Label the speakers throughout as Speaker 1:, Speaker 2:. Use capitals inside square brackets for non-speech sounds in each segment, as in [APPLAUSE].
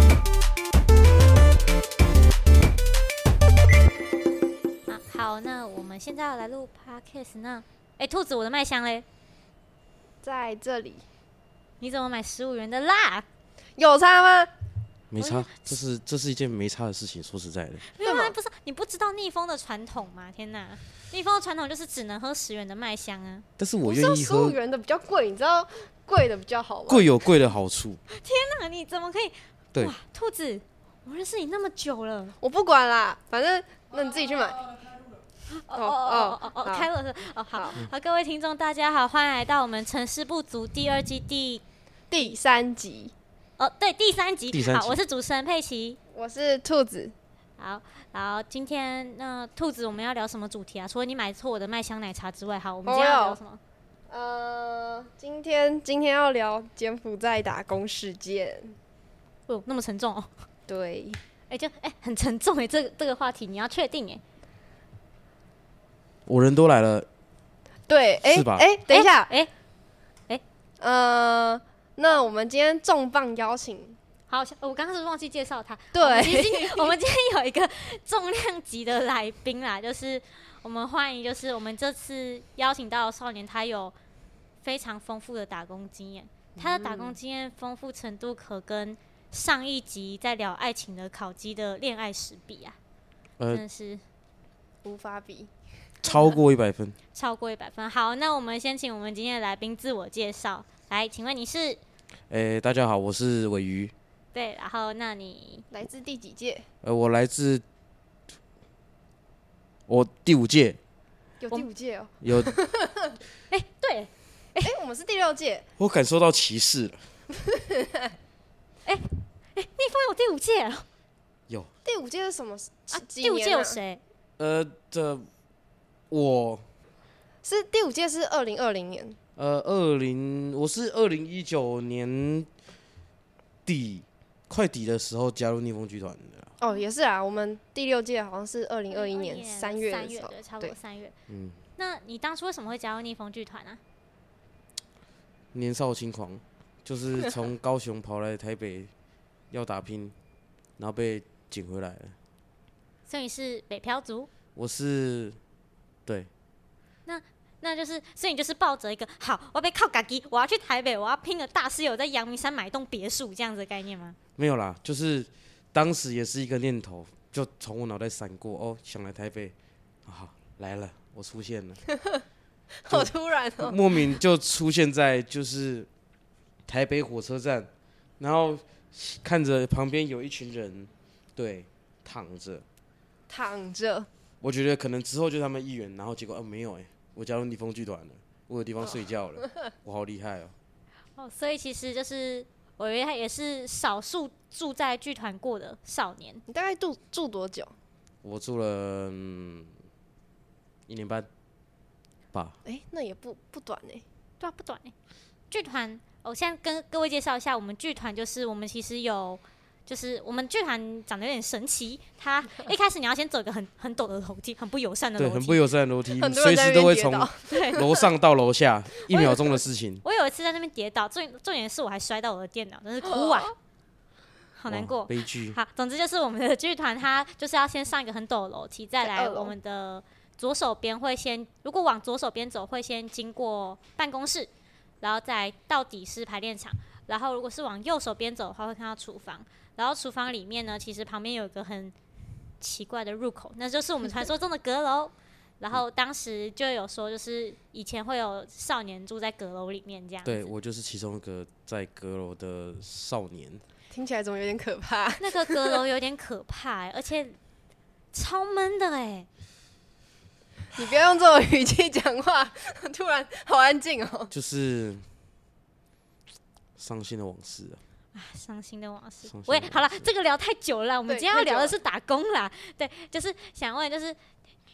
Speaker 1: 啊好，那我们现在要来录 podcast 那，哎，兔子，我的麦香嘞，
Speaker 2: 在这里
Speaker 1: 你怎么买十五元的辣？
Speaker 2: 有差吗？
Speaker 3: 没差，这是这是一件没差的事情。说实在的，
Speaker 1: 没有
Speaker 2: 干
Speaker 1: 啊，
Speaker 2: 嘛
Speaker 1: 不是你不知道逆风的传统吗？天哪，逆风的传统就是只能喝十元的麦香啊！
Speaker 3: 但是我
Speaker 2: 不是
Speaker 3: 愿意
Speaker 2: 十五
Speaker 3: 喝，
Speaker 2: 元的比较贵，你知道贵的比较好吗？
Speaker 3: 贵有贵的好处。
Speaker 1: 那你怎么可以？
Speaker 3: 对
Speaker 1: 哇，兔子，我认识你那么久了，
Speaker 2: 我不管啦，反正那你自己去买。
Speaker 1: 哦
Speaker 2: 哦
Speaker 1: 哦哦哦，
Speaker 2: 好
Speaker 1: 开了是哦，好
Speaker 2: 好
Speaker 1: 好，各位听众大家好，欢迎来到我们成事不足第二季第
Speaker 2: 第三集，
Speaker 1: 哦对第三集，
Speaker 3: 第三
Speaker 1: 好，
Speaker 3: 集
Speaker 1: 我是主持人佩奇。
Speaker 2: 我是兔子，
Speaker 1: 好，然后今天那兔子我们要聊什么主题啊？除了你买错我的麦香奶茶之外，好，我们今天要聊什么？
Speaker 2: 呃，今天今天要聊柬埔寨打工事件，
Speaker 1: 哦，那么沉重哦，
Speaker 2: 对，
Speaker 1: 哎、就哎、很沉重哎，这个这个话题你要确定哎，
Speaker 3: 我人都来了，
Speaker 2: 对，哎、
Speaker 3: 是吧
Speaker 2: 哎、等一 [LAUGHS] 下，
Speaker 1: 哎、哎
Speaker 2: 呃，那我们今天重磅邀请，
Speaker 1: 好，像我刚刚是不是忘记介绍他，
Speaker 2: 对
Speaker 1: 我们今天我们今天有一个重量级的来宾啦，就是我们欢迎，就是我们这次邀请到的少年，他有非常丰富的打工经验，他的打工经验丰富程度可跟上一集在聊爱情的烤鸡的恋爱史比啊，
Speaker 3: 呃
Speaker 1: 真的是
Speaker 2: 无法比，
Speaker 3: 超过一百分。
Speaker 1: 超过一百分。好，那我们先请我们今天的来宾自我介绍，来，请问你是？
Speaker 3: 诶，哎大家好，我是尾鱼，
Speaker 1: 对，然后那你
Speaker 2: 来自第几届？
Speaker 3: 呃，我来自我第五届
Speaker 2: 有
Speaker 1: 我
Speaker 2: 第五届哦，
Speaker 3: [LAUGHS] 有，
Speaker 1: 对，
Speaker 2: 哎、我们是第六届，
Speaker 3: 我感受到歧视了。
Speaker 1: 逆风有第五届了
Speaker 3: 有，
Speaker 2: 第五届是什么？
Speaker 1: 啊
Speaker 2: 啊，
Speaker 1: 第五届有谁？
Speaker 3: 呃，这我
Speaker 2: 是第五届是二零二零年，
Speaker 3: 呃，二零我是二零一九年底快底的时候加入逆风剧团的。
Speaker 2: 哦，也是啊，我们第六届好像是二零二一年
Speaker 1: 三
Speaker 2: 三月
Speaker 1: 三
Speaker 2: 的
Speaker 1: 月
Speaker 2: 时候，
Speaker 1: 对，差不多
Speaker 2: 对
Speaker 1: 三月。
Speaker 3: 嗯，
Speaker 1: 那你当初为什么会加入逆风剧团啊？
Speaker 3: 年少轻狂，就是从高雄跑来台北要打拼，然后被捡回来了。
Speaker 1: 所以你是北漂族，
Speaker 3: 我是对
Speaker 1: 那就是所以你就是抱着一个好，我要被靠嘎叽，我要去台北，我要拼个大室友，在阳明山买一栋别墅这样子的概念吗？
Speaker 3: 没有啦，就是当时也是一个念头，就从我脑袋闪过哦，想来台北，啊好来了，我出现了，
Speaker 2: [LAUGHS] 好突然哦，
Speaker 3: 莫名就出现在就是台北火车站，然后看着旁边有一群人对躺着，
Speaker 2: [LAUGHS] 躺着，
Speaker 3: 我觉得可能之后就他们议员，然后结果啊没有哎、我加入逆风剧团了，我有地方睡觉了，我好厉害哦、
Speaker 1: 哦，所以其实就是我以为他也是少数住在剧团过的少年。
Speaker 2: 你大概住住多久？
Speaker 3: 我住了、嗯、一年半吧，
Speaker 2: 哎、那也不不短哎、
Speaker 1: 对啊，不短欸剧团，我、现在跟各位介绍一下，我们剧团就是我们其实有，就是我们剧团长得有点神奇。
Speaker 3: [LAUGHS]
Speaker 1: 它一开始你要先走一个很很陡的楼梯，很不友善的
Speaker 3: 对，
Speaker 1: 楼
Speaker 3: 很
Speaker 1: 梯。
Speaker 3: 不友善的楼
Speaker 2: [LAUGHS]
Speaker 3: 梯
Speaker 2: 很，多
Speaker 3: 嗯随
Speaker 2: 人在
Speaker 3: 时
Speaker 2: 那
Speaker 3: 都会
Speaker 2: 边跌
Speaker 3: 从
Speaker 2: 倒，
Speaker 3: [LAUGHS] 楼上到
Speaker 2: [LAUGHS]
Speaker 3: 楼下，一秒钟的事情。
Speaker 1: 我有一次在那边跌倒，重重点是我还摔到我的电脑，真是哭
Speaker 3: [LAUGHS]
Speaker 1: 啊，好难
Speaker 3: 哇
Speaker 1: 过。
Speaker 3: 悲
Speaker 2: [LAUGHS]
Speaker 3: 剧。
Speaker 1: 好，总之就是我们的剧团，它就是要先上一个很陡的楼梯，再
Speaker 2: 在
Speaker 1: 来
Speaker 2: 二楼
Speaker 1: 我们的左手边会先，如果往左手边走，会先经过办公室，然后再到底是排练场，然后如果是往右手边走的话，会看到厨房，然后厨房里面呢，其实旁边有一个很奇怪的入口，那就是我们传说中的阁楼。然后当时就有说，就是以前会有少年住在阁楼里面这样子。
Speaker 3: 对我就是其中一个在阁楼的少年，
Speaker 2: 听起来怎么有点可怕？
Speaker 1: 那个阁楼有点可怕、欸，而且超闷的哎、
Speaker 2: 你不要用这种语气讲话，突然好安静哦。
Speaker 3: 就是伤心的往事啊。
Speaker 1: 伤心的往事
Speaker 3: 伤心。的
Speaker 1: 喂，
Speaker 3: 往
Speaker 1: 好了，这个聊太久了，我们
Speaker 2: 对
Speaker 1: 今天要
Speaker 2: 太久
Speaker 1: 聊的
Speaker 2: 了
Speaker 1: 是打工啦。对，就是想问，就是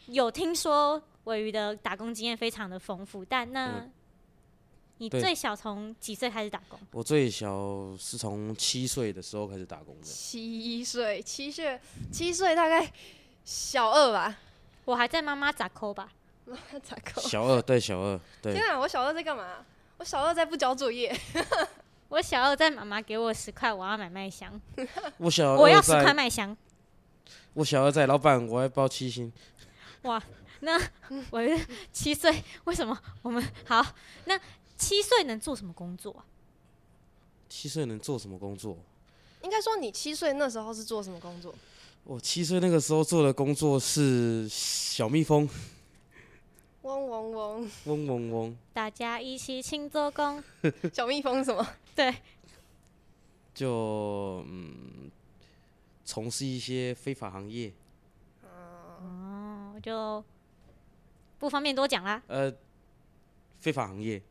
Speaker 1: 有听说尾鱼的打工经验非常的丰富，但那
Speaker 3: 嗯
Speaker 1: 你
Speaker 3: 对
Speaker 1: 最小从几岁开始打工？
Speaker 3: 我最小是从七岁的时候开始打工的，
Speaker 2: 七岁，七岁，七岁大概小二吧， [LAUGHS]
Speaker 1: 我还在妈妈咋抠吧？
Speaker 2: 咋搞？
Speaker 3: 小二对小二对
Speaker 2: 天，啊，我小二在干嘛？我小二在不交作业，
Speaker 1: 我小二在妈妈给我十块，我要买麦香，
Speaker 3: 我小
Speaker 1: 我
Speaker 3: 哦二
Speaker 1: 要十块
Speaker 3: 在
Speaker 1: 麦香。
Speaker 3: 我小二在老板，我要包七星，
Speaker 1: 那我是七岁，为什么我们好？那七岁能做什么工作啊？
Speaker 3: 七岁能做什么工作？
Speaker 2: 应该说你七岁那时候是做什么工作？
Speaker 3: 我七岁那个时候做的工作是小蜜蜂，
Speaker 2: 嗡嗡嗡，
Speaker 3: 嗡嗡嗡，
Speaker 1: 大家一起勤做工，
Speaker 2: [LAUGHS] 小蜜蜂是什么？
Speaker 1: 对，
Speaker 3: 就嗯，从事一些非法行业。
Speaker 1: 哦，我就不方便多讲啦。
Speaker 3: 呃，非法行业，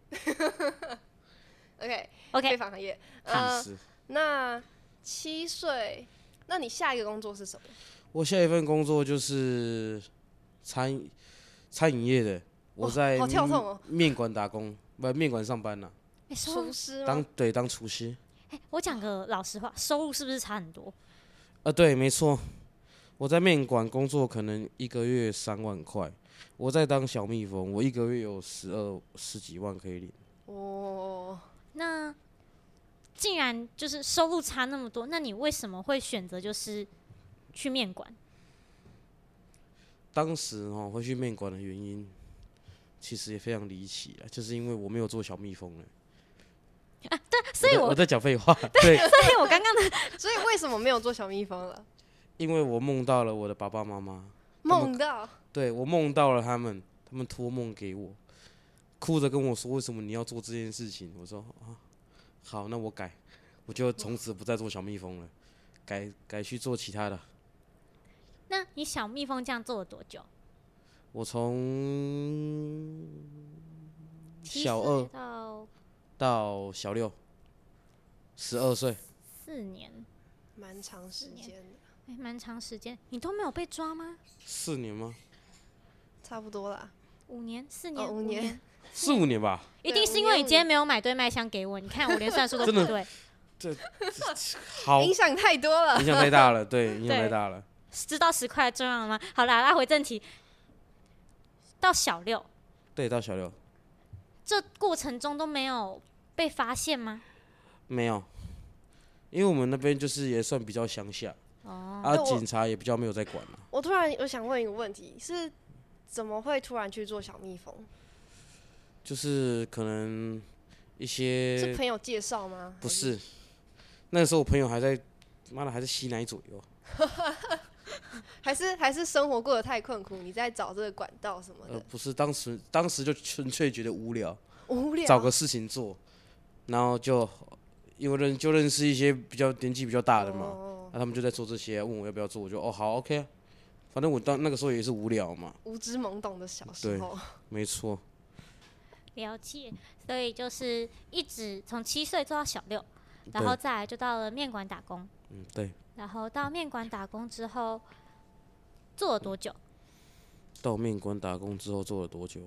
Speaker 2: OK，非
Speaker 1: OK，
Speaker 2: 法行业。
Speaker 3: 探
Speaker 2: 呃，
Speaker 3: 视。
Speaker 2: 那七岁，那你下一个工作是什么？
Speaker 3: 我下一份工作就是餐饮餐饮业的，我
Speaker 2: 哇
Speaker 3: 在
Speaker 2: 好跳痛哦
Speaker 3: 面馆打工，不面馆上班了，
Speaker 1: 哎收入
Speaker 2: 厨师
Speaker 3: 当
Speaker 2: 吗？
Speaker 3: 对当厨师。
Speaker 1: 哎，我讲个老实话，收入是不是差很多？
Speaker 3: 啊，对，没错，我在面馆工作，可能一个月三万块。我在当小蜜蜂，我一个月有十二十几万可以领。
Speaker 2: 哦，
Speaker 1: 那竟然就是收入差那么多，那你为什么会选择就是去面馆？
Speaker 3: 当时哦会去面馆的原因，其实也非常离奇啊，就是因为我没有做小蜜蜂了。
Speaker 1: 所以
Speaker 3: 我在
Speaker 1: 我
Speaker 3: 我在讲废话，对，
Speaker 1: 所以我刚刚的
Speaker 2: 所以为什么没有做小蜜蜂了？
Speaker 3: 因为我梦到了我的爸爸妈妈，
Speaker 2: 梦到
Speaker 3: 对我梦到了他们，他们托梦给我，哭着跟我说为什么你要做这件事情。我说啊，好，那我改，我就从此不再做小蜜蜂了，改改去做其他的。
Speaker 1: 那你小蜜蜂这样做了多久？
Speaker 3: 我从
Speaker 1: 七
Speaker 3: 小
Speaker 1: 岁
Speaker 3: 二
Speaker 1: 到
Speaker 3: 到小六，十二岁，
Speaker 1: 四年，
Speaker 2: 蛮长时间的，
Speaker 1: 哎，蛮长时间。你都没有被抓吗？
Speaker 3: 四年吗？
Speaker 2: 差不多啦。
Speaker 1: 五年、四年、 [LAUGHS]
Speaker 2: 哦五
Speaker 1: 五
Speaker 2: 年，
Speaker 3: 四五年吧。
Speaker 1: 一
Speaker 2: 对
Speaker 1: 定是因
Speaker 2: 五
Speaker 1: 为
Speaker 2: 年
Speaker 1: 你
Speaker 2: 五
Speaker 1: 今天
Speaker 2: 年
Speaker 1: 没有买对麦香给我。你看我连算数都不
Speaker 3: 真的
Speaker 1: 对，
Speaker 3: 好，
Speaker 2: 影
Speaker 3: 影
Speaker 2: 响太多了。
Speaker 3: 响太大了，对，影响
Speaker 1: 对
Speaker 3: 太大了。
Speaker 1: 知道十块重要吗？好啦，拉回正题。到小六
Speaker 3: 对，到小六
Speaker 1: 这过程中都没有被发现吗？
Speaker 3: 没有，因为我们那边就是也算比较乡下，
Speaker 1: 哦，
Speaker 3: 啊
Speaker 2: 那，我
Speaker 3: 警察也比较没有在管啊了。
Speaker 2: 我突然我想问一个问题，是怎么会突然去做小蜜蜂？
Speaker 3: 就是可能一
Speaker 2: 是
Speaker 3: 些
Speaker 2: 朋友介绍吗？
Speaker 3: 呃不是，那时候我朋友还在，妈的还在吸奶左右，
Speaker 2: 还是，还是还是生活过得太困苦，你在找这个管道什么的，
Speaker 3: 呃，不是，当时当时就纯粹觉得无聊，
Speaker 2: 无聊。
Speaker 3: 找个事情做，然后就因为认就认识一些比较年纪比较大的嘛，
Speaker 2: 哦，
Speaker 3: 那、他们就在做这些，问我要不要做，我就哦好 OK 啊，反正我当那个时候也是无聊嘛，
Speaker 2: 无知懵懂的小时
Speaker 3: 对
Speaker 2: 候，
Speaker 3: 没错，
Speaker 1: 了解。所以就是一直从七岁做到小六，然后再来就到了面馆打工。
Speaker 3: 嗯对，
Speaker 1: 然后到面馆打工之后，做了多久？
Speaker 3: 到面馆打工之后做了多久？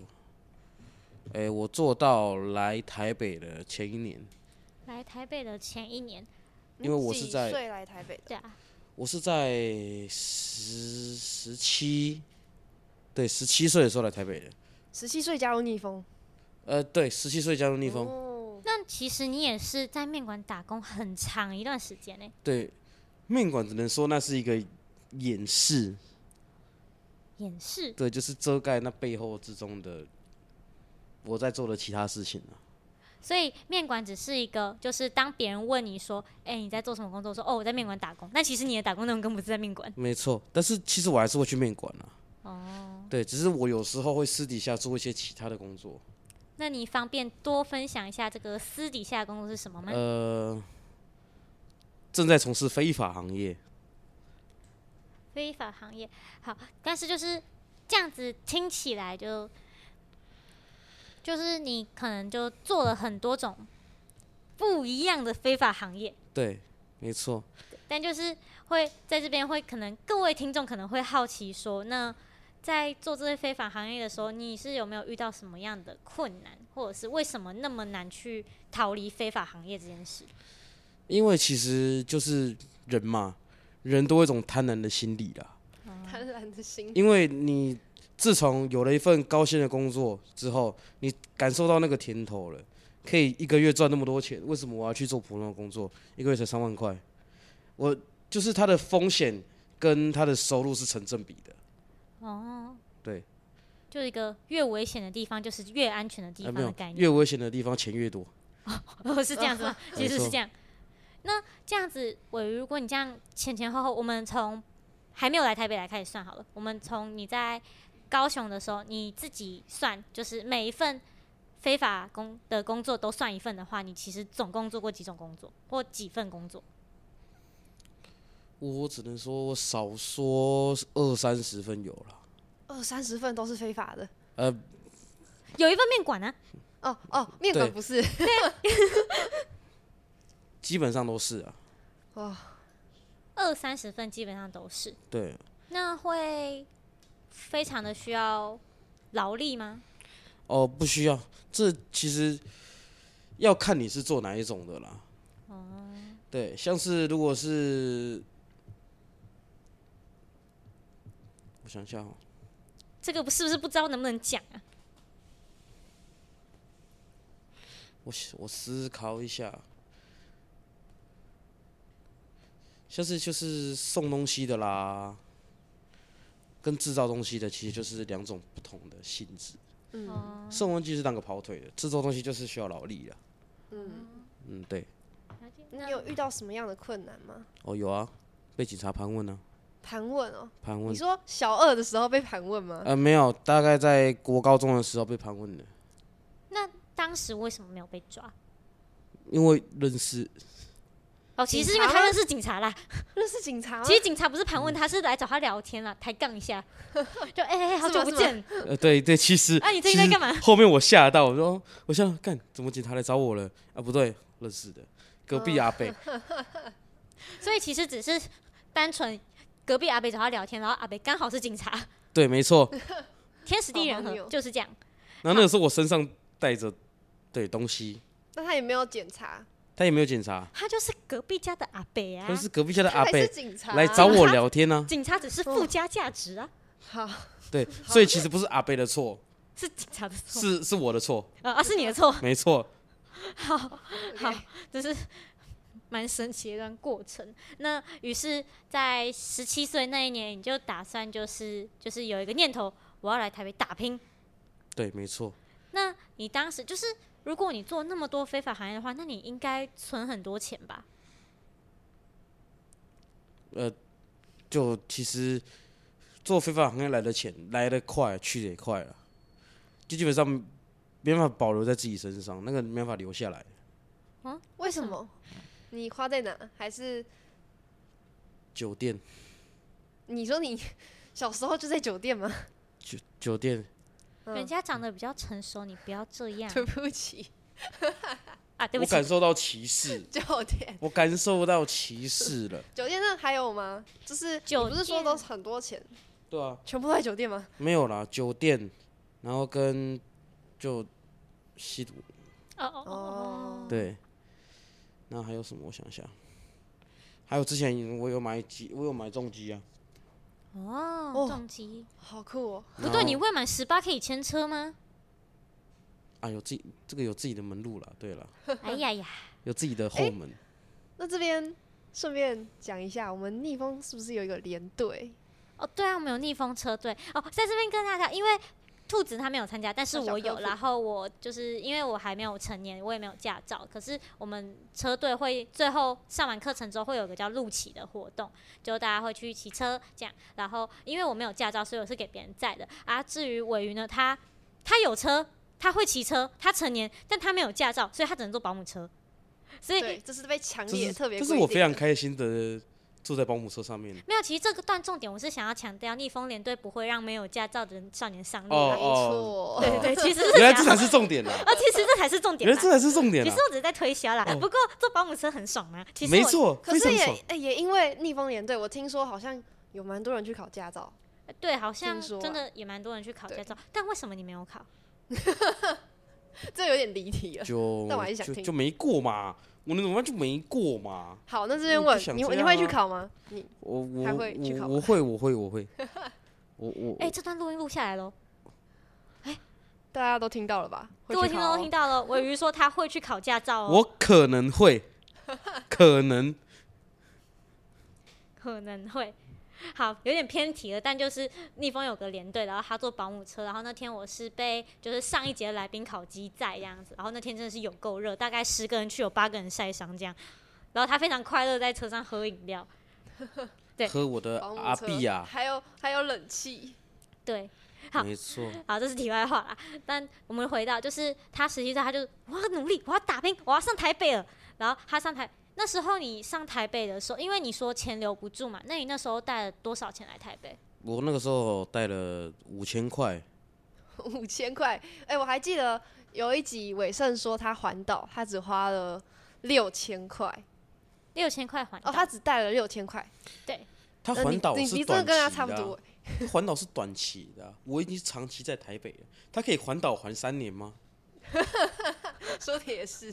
Speaker 3: 哎、我做到来台北的前一年，
Speaker 1: 来台北的前一年，
Speaker 2: 你
Speaker 3: 因为我是
Speaker 2: 几
Speaker 3: 在
Speaker 2: 岁来台北的，
Speaker 1: 对啊，
Speaker 3: 我是在十十七，对，十七岁的时候来台北的。
Speaker 2: 十七岁加入逆风，
Speaker 3: 呃，对，十七岁加入逆风，
Speaker 2: 哦，
Speaker 1: 那其实你也是在面馆打工很长一段时间呢、
Speaker 3: 对，面馆只能说那是一个掩饰，
Speaker 1: 演示
Speaker 3: 对，就是遮盖那背后之中的我在做的其他事情啊。
Speaker 1: 所以面馆只是一个，就是当别人问你说，哎、你在做什么工作？说哦，我在面馆打工。那其实你的打工内容根本不是在面馆。
Speaker 3: 没错，但是其实我还是会去面馆啊。哦，对，只是我有时候会私底下做一些其他的工作。
Speaker 1: 那你方便多分享一下这个私底下的工作是什么吗？
Speaker 3: 呃，正在从事非法行业，
Speaker 1: 非法行业。好，但是就是这样子听起来就，就是你可能就做了很多种不一样的非法行业，
Speaker 3: 对，没错。
Speaker 1: 但就是会在这边会可能各位听众可能会好奇说，那在做这些非法行业的时候，你是有没有遇到什么样的困难，或者是为什么那么难去逃离非法行业这件事？
Speaker 3: 因为其实就是人嘛，人都有一种贪婪的心理啦。
Speaker 2: 贪婪的心，
Speaker 3: 因为你自从有了一份高薪的工作之后，你感受到那个甜头了，可以一个月赚那么多钱，为什么我要去做普通的工作？一个月才三万块，我就是它的风险跟它的收入是成正比的。
Speaker 1: 哦，
Speaker 3: 对，
Speaker 1: 就是一个越危险的地方就是越安全的地
Speaker 3: 啊，
Speaker 1: 方
Speaker 3: 没
Speaker 1: 的
Speaker 3: 有
Speaker 1: 概，念， [LAUGHS] 哦
Speaker 3: 越危险的地方钱越多。
Speaker 1: 是这样
Speaker 3: [LAUGHS]
Speaker 1: 子吗？其实
Speaker 3: 没
Speaker 1: 是
Speaker 3: 错
Speaker 1: 这样。那这样子，尾鱼，如果你这样前前后后，我们从还没有来台北来开始算好了。我们从你在高雄的时候，你自己算，就是每一份非法工的工作都算一份的话，你其实总共做过几种工作或几份工作？
Speaker 3: 我只能说，我少说二三十分有了。
Speaker 2: 二哦三十份都是非法的。
Speaker 3: 呃，
Speaker 1: 有一份啊面馆呢、
Speaker 2: 哦哦，面馆
Speaker 3: 对
Speaker 2: 不是，
Speaker 3: 基本上都是啊。
Speaker 1: 二三十份基本上都是。
Speaker 3: 对，
Speaker 1: 那会非常的需要劳力吗？
Speaker 3: 哦，不需要。这其实要看你是做哪一种的啦。对，像是如果是，我想一下哦，
Speaker 1: 这个不是不是不知道能不能讲啊？
Speaker 3: 我想我思考一下，像是就是送东西的啦，跟制造东西的其实就是两种不同的性质。
Speaker 2: 嗯，
Speaker 3: 送东西是当个跑腿的，制作东西就是需要劳力的。
Speaker 2: 哦
Speaker 3: 嗯嗯，对，
Speaker 2: 你有遇到什么样的困难吗？
Speaker 3: 哦有啊，被警察盘问呢、
Speaker 2: 盘问哦，
Speaker 3: 啊，盘
Speaker 2: 你
Speaker 3: 问。
Speaker 2: 说小二的时候被盘问吗？
Speaker 3: 呃，没有，大概在国高中的时候被盘问的，
Speaker 1: 当时为什么没有被抓？
Speaker 3: 因为认识
Speaker 1: 哦，其实是
Speaker 2: 警
Speaker 1: 因
Speaker 2: 察
Speaker 1: 为他
Speaker 2: 吗啊嗯
Speaker 1: 认识警察啦。
Speaker 2: 那是警察吗？
Speaker 1: 其实警察不是盘问他，是来找他聊天啦，抬杠一
Speaker 2: [LAUGHS]
Speaker 1: 下。就哎、哎，好久不
Speaker 2: 是吗是
Speaker 1: 见，
Speaker 3: [LAUGHS] 呃，对对，其实
Speaker 1: 啊你最
Speaker 3: 其
Speaker 1: 近在
Speaker 3: 实
Speaker 1: 干嘛
Speaker 3: [LAUGHS] 后面我吓到，我说哦我想干，怎么警察来找我了？啊，不对，认识的，隔壁
Speaker 1: 哦
Speaker 3: 阿北，
Speaker 1: 所以其实只是单纯隔壁阿北找他聊天，然后阿北刚好是警
Speaker 2: [LAUGHS]
Speaker 1: 察，
Speaker 3: 对，
Speaker 1: [LAUGHS]
Speaker 3: 没错。
Speaker 1: 天时地人
Speaker 2: 好荒
Speaker 1: 和
Speaker 2: 谬
Speaker 1: 就是这样。
Speaker 3: 然后那个时候我身上带着对东西，
Speaker 2: 那他也没有检查，
Speaker 3: 他也没有检查，
Speaker 1: 他就是隔壁家的阿北啊
Speaker 3: 他，是隔壁家的
Speaker 2: 他
Speaker 3: 阿
Speaker 2: 还是
Speaker 3: 北
Speaker 2: 警察
Speaker 3: 来找我聊
Speaker 1: [LAUGHS]
Speaker 3: 天呢、
Speaker 1: 警察只是附加价值啊，
Speaker 2: 好，
Speaker 3: 对，所以其实不是阿北的
Speaker 1: [LAUGHS]
Speaker 3: 错，
Speaker 1: 是警察的错，
Speaker 3: 是是我的错，
Speaker 1: 呃啊是你的错，
Speaker 3: 没错。
Speaker 1: 好，这是蛮神奇的一段过程。那于是，在十七岁那一年，你就打算就是就是有一个念头，我要来台北打拼。
Speaker 3: 对，没错。
Speaker 1: 那你当时就是，如果你做那么多非法行业的话，那你应该存很多钱吧？
Speaker 3: 就其实做非法行业来的钱来得快，去得也快了，就基本上没办法保留在自己身上，那个没办法留下来。
Speaker 2: 为什么？你花在哪？还是
Speaker 3: 酒店，
Speaker 2: 你说你 [LAUGHS] 小时候就在酒店吗？
Speaker 1: 嗯
Speaker 3: 酒酒店，
Speaker 2: 嗯
Speaker 1: 人家长得比较成熟，你不要这样
Speaker 2: [LAUGHS] 对不起，，
Speaker 1: 啊！对不
Speaker 3: 我
Speaker 1: 起，
Speaker 3: 感受到歧视
Speaker 2: 酒店，
Speaker 3: 我感受到歧视了。
Speaker 2: 酒店那还有吗？就是你
Speaker 1: 酒
Speaker 2: 不是说
Speaker 1: 店
Speaker 2: 都是很多钱，
Speaker 3: 对啊，
Speaker 2: 全部都在酒店吗？
Speaker 3: 没有啦，酒店，然后跟就吸毒，
Speaker 1: 哦哦哦
Speaker 2: 哦，
Speaker 3: 对。那还有什么？我想一下，还有之前我有买几，我有买重机啊。
Speaker 1: 哦哦，
Speaker 2: 哦
Speaker 1: 重击。
Speaker 2: 好酷哦！
Speaker 1: 不
Speaker 3: 然
Speaker 1: 对，
Speaker 3: 后
Speaker 1: 你未满十八可以牵车 [LAUGHS] 吗？
Speaker 3: 啊，有自己这个有自己的门路了，对了，
Speaker 1: 哎呀呀，
Speaker 3: 有自己的后门。
Speaker 2: 那这边顺便讲一下，我们逆风是不是有一个连队？
Speaker 1: 哦，对啊，我们有逆风车队哦，在这边跟大家，因为兔子他没有参加，但是
Speaker 2: 那小
Speaker 1: 我
Speaker 2: 客
Speaker 1: 有，
Speaker 2: 服
Speaker 1: 然后我就是因为我还没有成年，我也没有驾照，可是我们车队会最后上完课程之后会有个叫路骑的活动，就大家会去骑车这样，然后因为我没有驾照，所以我是给别人载的啊。至于尾鱼呢，他他有车，他会骑车，他成年，但他没有驾照，所以他只能坐保姆车，所以
Speaker 2: 对，这是被强
Speaker 3: 这
Speaker 2: 烈
Speaker 3: 是
Speaker 2: 特别
Speaker 3: 这
Speaker 2: 规
Speaker 3: 是
Speaker 2: 定的。
Speaker 3: 我非常开心的坐在保姆车上面。
Speaker 1: 没有，其实这个段重点我是想要强调，逆风连队不会让没有驾照的人少年上路
Speaker 3: 哦
Speaker 1: 啦。
Speaker 2: 哦，
Speaker 3: 哦
Speaker 1: 对对对，其实是
Speaker 3: 原来
Speaker 1: 想
Speaker 3: 这
Speaker 1: 要
Speaker 3: 才是重点啦！
Speaker 1: 啊，其实这才是重点
Speaker 3: 原
Speaker 1: 啦。
Speaker 3: 来这才是重点
Speaker 1: 其
Speaker 3: 啦
Speaker 1: 实！我只是在推销啦，
Speaker 3: 哦
Speaker 1: 不过坐保姆车很爽吗？其实
Speaker 3: 没
Speaker 1: 我，
Speaker 3: 错，
Speaker 2: [LAUGHS] 可
Speaker 3: 非
Speaker 2: 是
Speaker 3: 常
Speaker 2: 也
Speaker 3: 爽。
Speaker 2: 哎也因为逆风连队，我听说好像有蛮多人去考驾照，
Speaker 1: 呃对，好像
Speaker 2: 听说啊
Speaker 1: 真的也蛮多人去考驾照，但为什么你没有考？
Speaker 2: 这有点离题 [LAUGHS] 了。
Speaker 3: 就
Speaker 2: 但我还是想
Speaker 3: 就
Speaker 2: 听
Speaker 3: 就没过嘛，我能怎么办？就没过嘛。
Speaker 2: 好，那这边
Speaker 3: 我不
Speaker 2: 问
Speaker 3: 想
Speaker 2: 你，
Speaker 3: 这
Speaker 2: 你
Speaker 3: 样
Speaker 2: 会去
Speaker 3: 啊
Speaker 2: 考吗？你
Speaker 3: 我我
Speaker 2: 还会去
Speaker 3: 我
Speaker 2: 考
Speaker 3: 我会我会
Speaker 2: [LAUGHS]
Speaker 3: 我会，我我
Speaker 1: 哎、这段录音录下来喽，
Speaker 2: 大家都听到了吧？会
Speaker 1: 各位
Speaker 2: 去
Speaker 1: 听
Speaker 2: 考
Speaker 1: 众
Speaker 2: 哦
Speaker 1: 都听到了，尾鱼说他会去考驾照哦，
Speaker 3: 我可能
Speaker 2: [LAUGHS]
Speaker 3: 会，可能
Speaker 1: 可能会。好，有点偏题了，但就是逆风有个连队，然后他坐保姆车，然后那天我是被就是上一节的来宾烤鸡在这样子，然后那天真的是有够热，大概十个人去有八个人晒伤这样，然后他非常快乐在车上喝饮料，对
Speaker 3: 喝我的
Speaker 2: 保姆
Speaker 3: 呃阿
Speaker 2: 车
Speaker 3: 碧啊呀、
Speaker 2: 还有还有冷气， [LAUGHS]
Speaker 1: 对，好
Speaker 3: 没错，
Speaker 1: 好，这是题外话啦。但我们回到，就是他实际上他就我要努力，我要打拼，我要上台北了。然后他上台，那时候你上台北的时候，因为你说钱留不住嘛，那你那时候带了多少钱来台北？
Speaker 3: 我那个时候带了五千块，
Speaker 2: 五千块。哎、我还记得有一集伟盛说他环岛，他只花了六千块，
Speaker 1: 六千块还
Speaker 2: 哦，他只带了六千块。
Speaker 3: 他
Speaker 2: 呃那你
Speaker 3: 环岛
Speaker 2: 你
Speaker 3: 是
Speaker 2: 你真的
Speaker 3: 短
Speaker 2: 跟他
Speaker 3: 期
Speaker 2: 差不
Speaker 3: 的啊
Speaker 2: 多、 [LAUGHS]
Speaker 3: 他环岛是短期的啊、我已经长期在台北了。他可以环岛环三年吗？
Speaker 2: 欸，说的也是。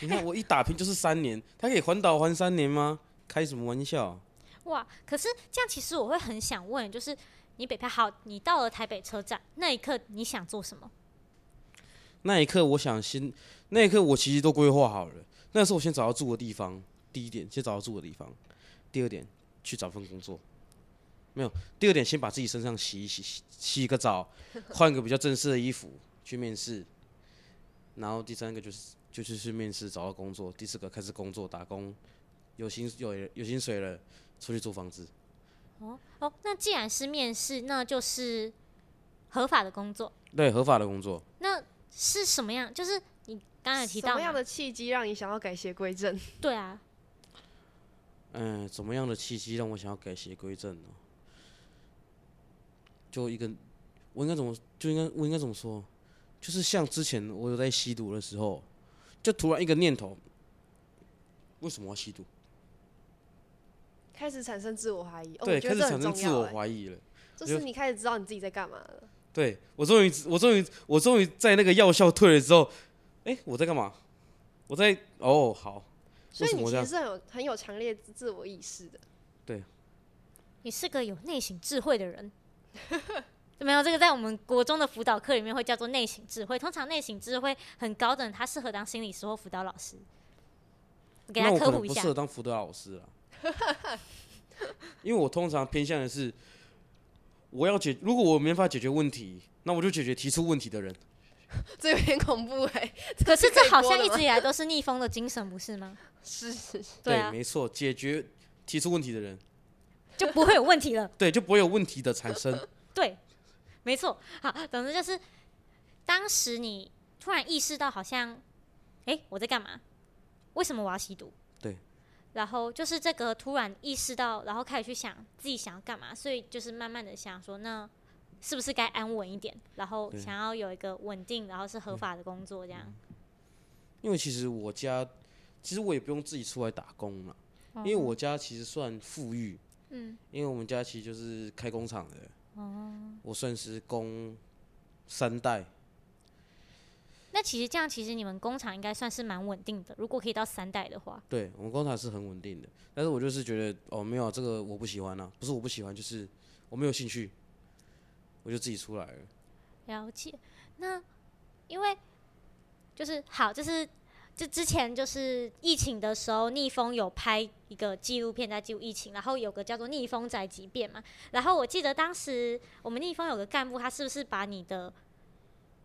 Speaker 3: 你看我一打拼就是三年，他可以环岛环三年吗？开什么玩笑？
Speaker 1: 哇！可是这样，其实我会很想问，就是你北漂好，你到了台北车站那一刻，你想做什么？
Speaker 3: 那一刻，我想先，那一刻我其实都规划好了。那时候我先找到住的地方，第一点先找到住的地方，第二点去找份工作。没有，第二点先把自己身上洗一洗，洗洗个澡，换个比较正式的衣服去面试。然后第三个就是就是去面试找到工作，第四个开始工作打工，有薪有有薪水了，出去租房子。
Speaker 1: 哦，那既然是面试，那就是合法的工作。
Speaker 3: 对，合法的工作。
Speaker 1: 那是什么样？就是你刚才有提
Speaker 2: 什
Speaker 1: 到
Speaker 2: 么样
Speaker 1: 嘛
Speaker 2: 的契机让你想要改邪归正？
Speaker 1: 对啊，
Speaker 3: 嗯，怎么样的契机让我想要改邪归正呢？就一个，我应该怎么，就应该我应该怎么说？就是像之前我有在吸毒的时候，就突然一个念头，为什么要吸毒？
Speaker 2: 开始产生自我怀疑，哦，我
Speaker 3: 对，
Speaker 2: 觉
Speaker 3: 开
Speaker 2: 得
Speaker 3: 始
Speaker 2: 这
Speaker 3: 产
Speaker 2: 很
Speaker 3: 生
Speaker 2: 重
Speaker 3: 自
Speaker 2: 要、
Speaker 3: 我
Speaker 2: 欸。
Speaker 3: 怀疑了。
Speaker 2: 就是你开始知道你自己在干嘛了。
Speaker 3: 对我终于，我终于，我终于在那个药效退了之后，哎、我在干嘛？我在哦，好，
Speaker 2: 所以
Speaker 3: 为什
Speaker 2: 你
Speaker 3: 么我
Speaker 2: 其
Speaker 3: 这
Speaker 2: 实是很
Speaker 3: 样
Speaker 2: 有很有强烈自自我意识的。
Speaker 1: 你是个有内省智慧的人。 [LAUGHS] 没有这个，在我们国中的辅导课里面会叫做内省智慧。通常内省智慧很高的人，他适合当心理师或辅导老师。我给
Speaker 3: 那
Speaker 1: 他
Speaker 3: 我可
Speaker 1: 科
Speaker 3: 能
Speaker 1: 普一
Speaker 3: 不
Speaker 1: 下
Speaker 3: 适，合当辅导老师
Speaker 1: [LAUGHS]
Speaker 3: 啊，因为我通常偏向的是，我要解，如果我没法解决问题，那我就解决提出问题的人。
Speaker 2: 这有点恐怖哎、
Speaker 1: 可是这好像
Speaker 2: 可以
Speaker 1: 一
Speaker 2: 播的吗
Speaker 1: 直以来都是逆风的精神，不是吗？
Speaker 2: 是是是，
Speaker 1: 对啊，
Speaker 3: 没错，解决提出问题的人，
Speaker 1: 就不会有问题了。
Speaker 3: 对，就不会有问题的产生。
Speaker 1: 对，没错。好，总之就是当时你突然意识到，好像，诶，我在干嘛？为什么我要吸毒？
Speaker 3: 对。
Speaker 1: 然后就是这个突然意识到，然后开始去想自己想要干嘛，所以就是慢慢的想说，那是不是该安稳一点？然后
Speaker 3: 对
Speaker 1: 想要有一个稳定，然后是合法的工作这样。
Speaker 3: 因为其实我家，其实我也不用自己出来打工了，
Speaker 1: 哦
Speaker 3: 因为我家其实算富裕，嗯，因为我们家其实就是开工厂的，哦，我算是工三代，
Speaker 1: 那其实这样，其实你们工厂应该算是蛮稳定的，如果可以到三代的话。
Speaker 3: 对我们工厂是很稳定的，但是我就是觉得哦，没有啊这个我不喜欢啊，不是我不喜欢，就是我没有兴趣，我就自己出来了。
Speaker 1: 了解。那因为就是好，就是就之前就是疫情的时候，逆风有拍一个纪录片在记录疫情，然后有个叫做《逆风宅急便》嘛。然后我记得当时我们逆风有个干部，他是不是把你的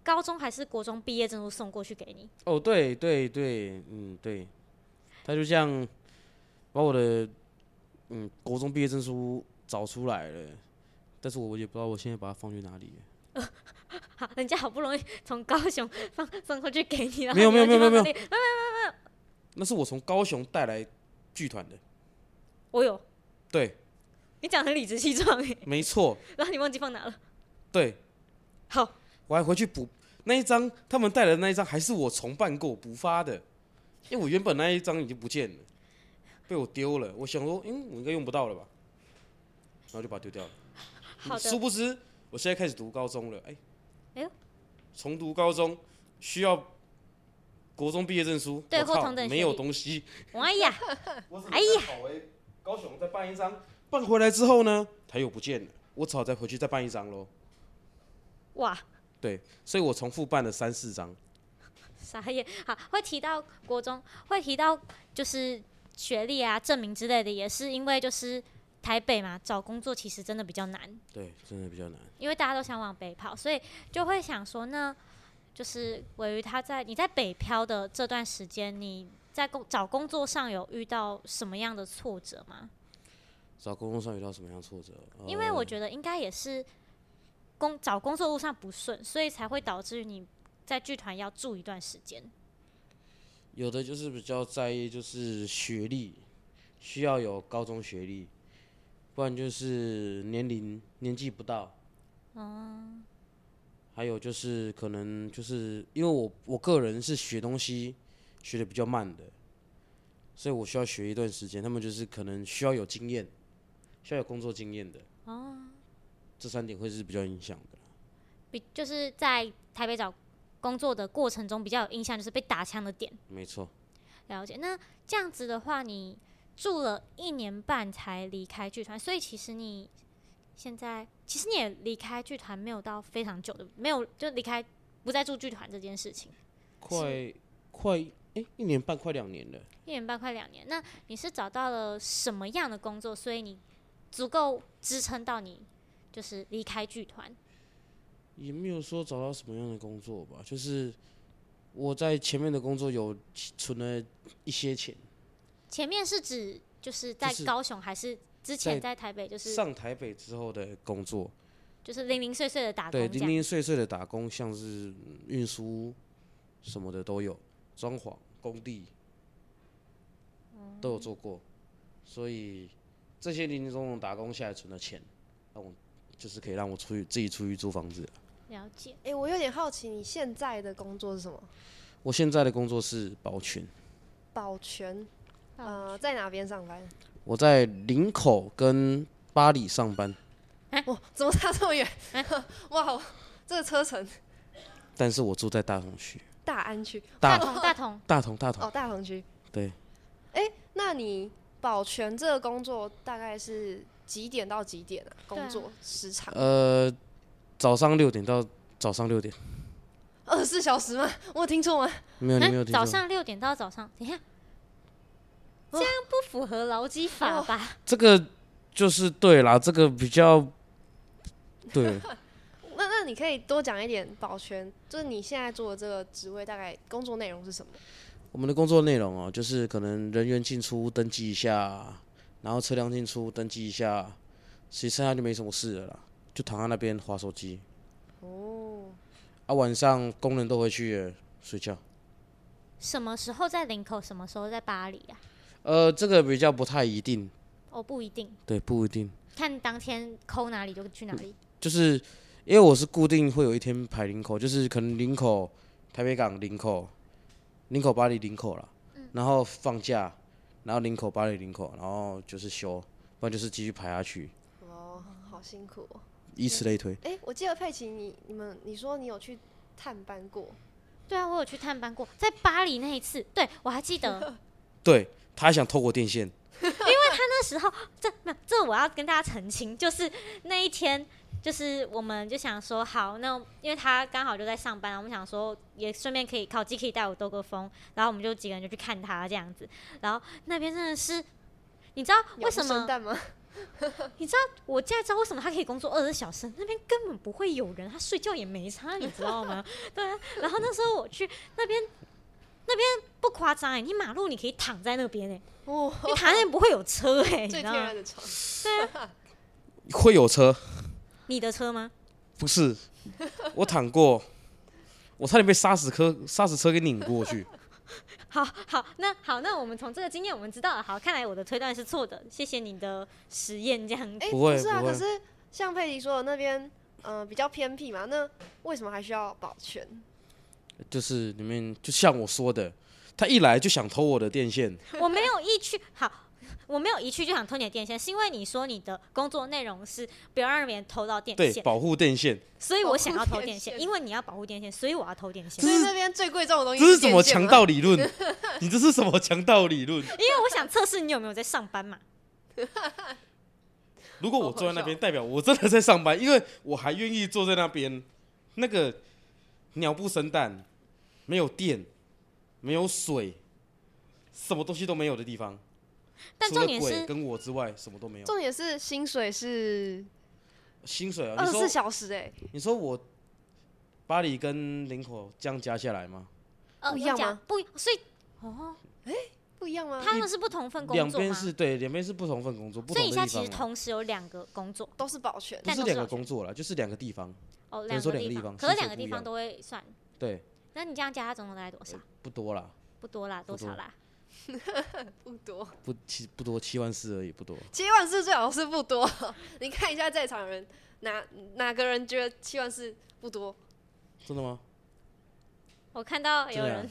Speaker 1: 高中还是国中毕业证书送过去给你？
Speaker 3: 哦，对对对，嗯对，他就这样把我的嗯国中毕业证书找出来了，但是我也不知道我现在把它放去哪里了。
Speaker 1: 好，人家好不容易从高雄放送过去给你，然后
Speaker 3: 没有
Speaker 1: 你
Speaker 3: 没
Speaker 1: 又
Speaker 3: 有
Speaker 1: 去
Speaker 3: 没
Speaker 1: 放
Speaker 3: 有没有
Speaker 1: 那里
Speaker 3: 那是我从高雄带来剧团的，
Speaker 1: 我有，
Speaker 3: 对，
Speaker 1: 你讲得很理直气壮哎，
Speaker 3: 没错，
Speaker 1: 然后你忘记放哪了。
Speaker 3: 对
Speaker 1: 好，
Speaker 3: 我还回去补那一张，他们带来的那一张还是我重办过补发的，因为我原本那一张已经不见了，被我丢了。我想说，嗯，我应该用不到了吧，然后就把它丢掉了。
Speaker 1: 好的
Speaker 3: 殊不知我现在开始读高中了，哎、
Speaker 1: 哎呦
Speaker 3: 重读高中需要国中毕业证书，
Speaker 1: 对
Speaker 3: 我
Speaker 1: 或
Speaker 3: 靠
Speaker 1: 同等
Speaker 3: 没
Speaker 1: 学
Speaker 3: 有
Speaker 1: 历
Speaker 3: 东西。
Speaker 1: 哎呀，
Speaker 3: 我只能
Speaker 1: 哎呀
Speaker 3: 再跑回高雄再办一张，办回来之后呢，它又不见了，我只好再回去再办一张喽。
Speaker 1: 哇，
Speaker 3: 对，所以我重复办了三四张。
Speaker 1: 傻眼。好，会提到国中，会提到就是学历啊、证明之类的，也是因为就是台北嘛，找工作其实真的比较难，
Speaker 3: 对，真的比较难。
Speaker 1: 因为大家都想往北跑，所以就会想说那就是位于他在你在北漂的这段时间，你在工找工作上有遇到什么样的挫折吗？
Speaker 3: 找工作上遇到什么样的挫折？呃
Speaker 1: 因为我
Speaker 3: 得
Speaker 1: 觉得应该也是工找工作路上不顺，所以才会导致你在剧团要住一段时间。
Speaker 3: 有的就是比较在意就是学历，需要有高中学历，不然就是年龄年纪不到。
Speaker 1: 哦
Speaker 3: 还有就是可能就是因为我我个人是学东西学的比较慢的，所以我需要学一段时间。他们就是可能需要有经验，需要有工作经验的。哦，这三点会是比较影响的。
Speaker 1: 比就是在台北找工作的过程中比较有印象，就是被打枪的点。
Speaker 3: 没错，
Speaker 1: 了解。那这样子的话，你住了一年半才离开剧团，所以其实你现在其实你也离开剧团没有到非常久的，没有就离开不再住剧团这件事情，
Speaker 3: 快快哎、诶一年半快两年了。
Speaker 1: 一年半快两年。那你是找到了什么样的工作，所以你足够支撑到你就是离开剧团？
Speaker 3: 也没有说找到什么样的工作吧，就是我在前面的工作有存了一些钱，
Speaker 1: 前面是指就是在
Speaker 3: 就是
Speaker 1: 高雄还是之前在
Speaker 3: 在
Speaker 1: 台北，就是
Speaker 3: 上台北之后的工作，
Speaker 1: 就是零零碎碎的打
Speaker 3: 对，
Speaker 1: 工这
Speaker 3: 零
Speaker 1: 样。
Speaker 3: 零碎碎的打工，像是嗯运输什么的都有，装潢、工地都有做过，所以这些零零总总打工下来存的钱，让我就是可以让我出去自己出去租房子。
Speaker 1: 了解。
Speaker 2: 哎、我有点好奇，你现在的工作是什么？
Speaker 3: 我现在的工作是保全，
Speaker 2: 保全，呃，在哪边上班？
Speaker 3: 我在林口跟巴黎上班。
Speaker 2: [LAUGHS] 哇，怎么差这么远？ [LAUGHS] 哇，这个车程
Speaker 3: 但是我住在大同区，
Speaker 2: 大安区
Speaker 1: 大
Speaker 3: 大
Speaker 1: 同，大同，
Speaker 3: 大同大同，
Speaker 2: 哦，大同区。
Speaker 3: 对，
Speaker 2: 那你保全这个工作大概是几点到几点啊？
Speaker 1: 对
Speaker 2: 工
Speaker 1: 啊
Speaker 2: 作时长
Speaker 3: 呃，早上六点到早上六点，
Speaker 2: 二十四小时吗？ [LAUGHS] 我有听错吗？
Speaker 3: 没有你
Speaker 1: 嗯
Speaker 3: 没有听
Speaker 1: 早
Speaker 3: 错，
Speaker 1: 上六点到早上，等一下，这样不符合劳基法吧？
Speaker 3: 这个就是对啦，这个比较对 [LAUGHS]
Speaker 2: 那那你可以多讲一点保全，就是你现在做的这个职位大概工作内容是什么？
Speaker 3: 我们的工作内容哦、就是可能人员进出登记一下，然后车辆进出登记一下，其实剩下就没什么事了啦，就躺在那边划手机
Speaker 2: 哦，
Speaker 3: 啊，晚上工人都回去了睡觉。
Speaker 1: 什么时候在林口，什么时候在巴黎啊？
Speaker 3: 呃，这个比较不太一定，
Speaker 1: 哦，不一定，
Speaker 3: 对，不一定。
Speaker 1: 看当天抠哪里就去哪
Speaker 3: [LAUGHS]
Speaker 1: 里。
Speaker 3: 就是因为我是固定会有一天排林口，就是可能林口、台北港、林口、林口、巴黎、林口啦，
Speaker 2: 嗯
Speaker 3: 然后放假，然后林口、巴黎、林口，然后就是休，不然就是继续排下去，
Speaker 2: 哦，好辛苦、哦。
Speaker 3: 以此类推。
Speaker 2: 哎、我记得佩奇你，你们你说你有去探班过，
Speaker 1: 对啊，我有去探班过，在巴黎那一次，对我还记得
Speaker 3: 对他还想透过电线，
Speaker 1: 那时候，这没有这我要跟大家澄清，就是那一天。就是我们就想说好，那因为他刚好就在上班，我们想说也顺便可以烤鸡可以带我兜个风，然后我们就几个人就去看他这样子，然后那边真的是，你知道为什么
Speaker 2: 圣诞
Speaker 1: [LAUGHS]
Speaker 2: 吗？
Speaker 1: 我现在知道为什么他可以工作二十小时，那边根本不会有人，他睡觉也没差，你知道吗？对啊。然后那时候我去那边，那边不夸张哎，你马路你可以躺在那边哎、
Speaker 2: 哦，
Speaker 1: 你躺在那边不会有车哎、你知
Speaker 2: 最天
Speaker 1: 道吗
Speaker 2: 然？的床，
Speaker 3: 会有车，
Speaker 1: 你的车吗？
Speaker 3: 不是，我躺过，我差点被砂石车砂石车给拧过去。
Speaker 1: 好好，那好，那我们从这个经验我们知道了，好，看来我的推断是错的，谢谢你的实验这样子。
Speaker 2: 哎、
Speaker 3: 不会
Speaker 2: 是啊，
Speaker 3: 不会
Speaker 2: 可是像佩奇说的那边，嗯、比较偏僻嘛，那为什么还需要保全？
Speaker 3: 就是里面就像我说的，他一来就想偷我的电线，
Speaker 1: 我没有一去好。我没有一去就想偷你的电线，是因为你说你的工作内容是不要让别人偷到电
Speaker 3: 对，
Speaker 1: 线，
Speaker 3: 保护电线。
Speaker 1: 所以我
Speaker 3: [LAUGHS]
Speaker 1: 想要
Speaker 2: 保护
Speaker 1: 偷
Speaker 2: 电
Speaker 1: 电线，
Speaker 2: 线
Speaker 1: 因为你要保护电线，所以我要偷电线。
Speaker 2: 所以那边最贵重的东西
Speaker 3: 这是什
Speaker 2: 电
Speaker 3: 么
Speaker 2: 线
Speaker 3: 强
Speaker 2: 吗？
Speaker 3: 盗理论？
Speaker 1: [LAUGHS]
Speaker 3: 你这是什么强盗理论？
Speaker 1: 因为我想测试你有没有在上班
Speaker 3: [LAUGHS]
Speaker 1: 嘛。
Speaker 3: 如果我坐在那边，代表我真的在上班，因为我还愿意坐在那边。那个鸟不生蛋，没有电，没有水，什么东西都没有的地方，
Speaker 1: 但
Speaker 3: 除了
Speaker 1: 重点
Speaker 3: 鬼
Speaker 1: 是
Speaker 3: 跟我之外什么都没有。
Speaker 2: 重点是薪水是
Speaker 3: 薪水啊，
Speaker 2: 二
Speaker 1: 呃
Speaker 3: 你
Speaker 2: 十四
Speaker 3: 说
Speaker 2: 小时哎、
Speaker 3: 你说我巴黎跟林口这样加下来吗？
Speaker 1: 呃，
Speaker 2: 不一
Speaker 1: 我
Speaker 2: 样
Speaker 1: 讲
Speaker 2: 吗
Speaker 1: 不，所以哦，
Speaker 2: 不一样吗？
Speaker 1: 他们是不同份工
Speaker 3: 两
Speaker 1: 作
Speaker 3: 边
Speaker 1: 吗？
Speaker 3: 是对，两边是不同份工作，不
Speaker 1: 所以
Speaker 3: 同
Speaker 1: 你现
Speaker 3: 的
Speaker 1: 在
Speaker 3: 地
Speaker 1: 其实
Speaker 3: 方啊。
Speaker 1: 同时有两个工作
Speaker 2: 都是保全，
Speaker 3: 不
Speaker 1: 但
Speaker 3: 是
Speaker 1: 都
Speaker 3: 两
Speaker 1: 是
Speaker 3: 个
Speaker 1: 有钱
Speaker 3: 工作了，就是两个地方，
Speaker 1: 哦，
Speaker 3: 能
Speaker 1: 两
Speaker 3: 说
Speaker 1: 个
Speaker 3: 两个
Speaker 1: 地
Speaker 3: 地
Speaker 1: 方，
Speaker 3: 方
Speaker 1: 可是
Speaker 3: 薪水
Speaker 1: 两个
Speaker 3: 不
Speaker 1: 地
Speaker 3: 一
Speaker 1: 方
Speaker 3: 样
Speaker 1: 都会算。
Speaker 3: 对，
Speaker 1: 那你这样加，它总共大概多少？
Speaker 3: 不多啦，
Speaker 1: 不多啦，多
Speaker 3: 不
Speaker 1: 少
Speaker 3: 多
Speaker 1: 啦？
Speaker 2: 不多，
Speaker 3: 不七不多，七万四而已，不多。
Speaker 2: 七万四最好是不多。 [LAUGHS] 你看一下在场人哪哪个人觉得七万四不多？
Speaker 3: 真的吗？
Speaker 1: 我看到
Speaker 3: 真
Speaker 1: 有
Speaker 3: 的啊
Speaker 1: 人，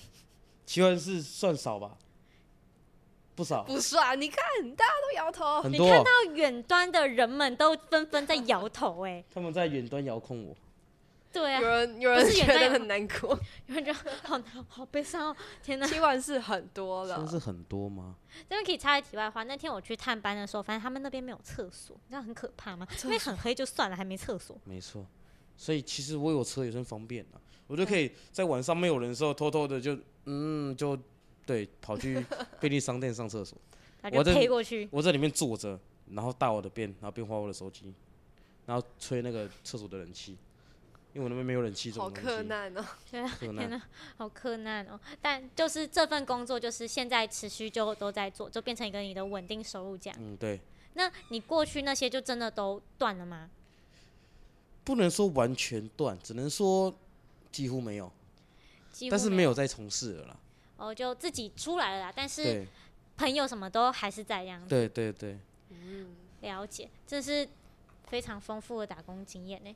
Speaker 3: 七万四算少吧？不少，
Speaker 2: 不算，你看大家都摇头。
Speaker 3: 很
Speaker 1: 你
Speaker 3: 多
Speaker 1: 看
Speaker 3: 哦。
Speaker 1: 到远端的人们都纷纷在摇头，
Speaker 3: [LAUGHS]
Speaker 1: 哎，
Speaker 3: 他们在远端遥控我，
Speaker 1: 对啊
Speaker 2: 有，人有人
Speaker 1: 不是远
Speaker 2: 觉
Speaker 1: 端
Speaker 2: 得
Speaker 1: 摇
Speaker 2: 很难过，
Speaker 1: 有人觉得好难，好悲伤哦，天哪！
Speaker 2: 七万四很多
Speaker 3: 真
Speaker 2: 了
Speaker 3: 的。是很多吗？
Speaker 1: 这边可以插一题外话，那天我去探班的时候，发现他们那边没有厕所，你知道很可怕吗？因为很黑就算了，还没厕所。
Speaker 3: 没错，所以其实我有车也算方便了，我就可
Speaker 1: 嗯
Speaker 3: 以在晚上没有人的时候偷偷的就嗯就对跑
Speaker 1: [LAUGHS]
Speaker 3: 去便利商店上厕所，
Speaker 1: 他
Speaker 3: 我
Speaker 1: 就
Speaker 3: 这
Speaker 1: 推过去，
Speaker 3: 我在里面坐着，然后大我的便，然后边划我的手机，然后吹那个厕所的冷气，因为我那边没有冷气这
Speaker 2: 好
Speaker 3: 种东
Speaker 2: 困
Speaker 3: 西，
Speaker 2: 难哦！
Speaker 3: 可
Speaker 1: 啊天
Speaker 3: 能
Speaker 1: 哪，好困难哦。但就是这份工作，就是现在持续就都在做，就变成一个你的稳定收入这样。
Speaker 3: 嗯对，
Speaker 1: 那你过去那些就真的都断了吗？
Speaker 3: 不能说完全断，只能说几乎没有，
Speaker 1: 几乎
Speaker 3: 但是没
Speaker 1: 有，
Speaker 3: 有再从事了啦。
Speaker 1: 哦，就自己出来了啦。但是
Speaker 3: 对
Speaker 1: 朋友什么都还是在这样子
Speaker 3: 对对对，
Speaker 2: 嗯
Speaker 1: 了解，这是非常丰富的打工经验呢。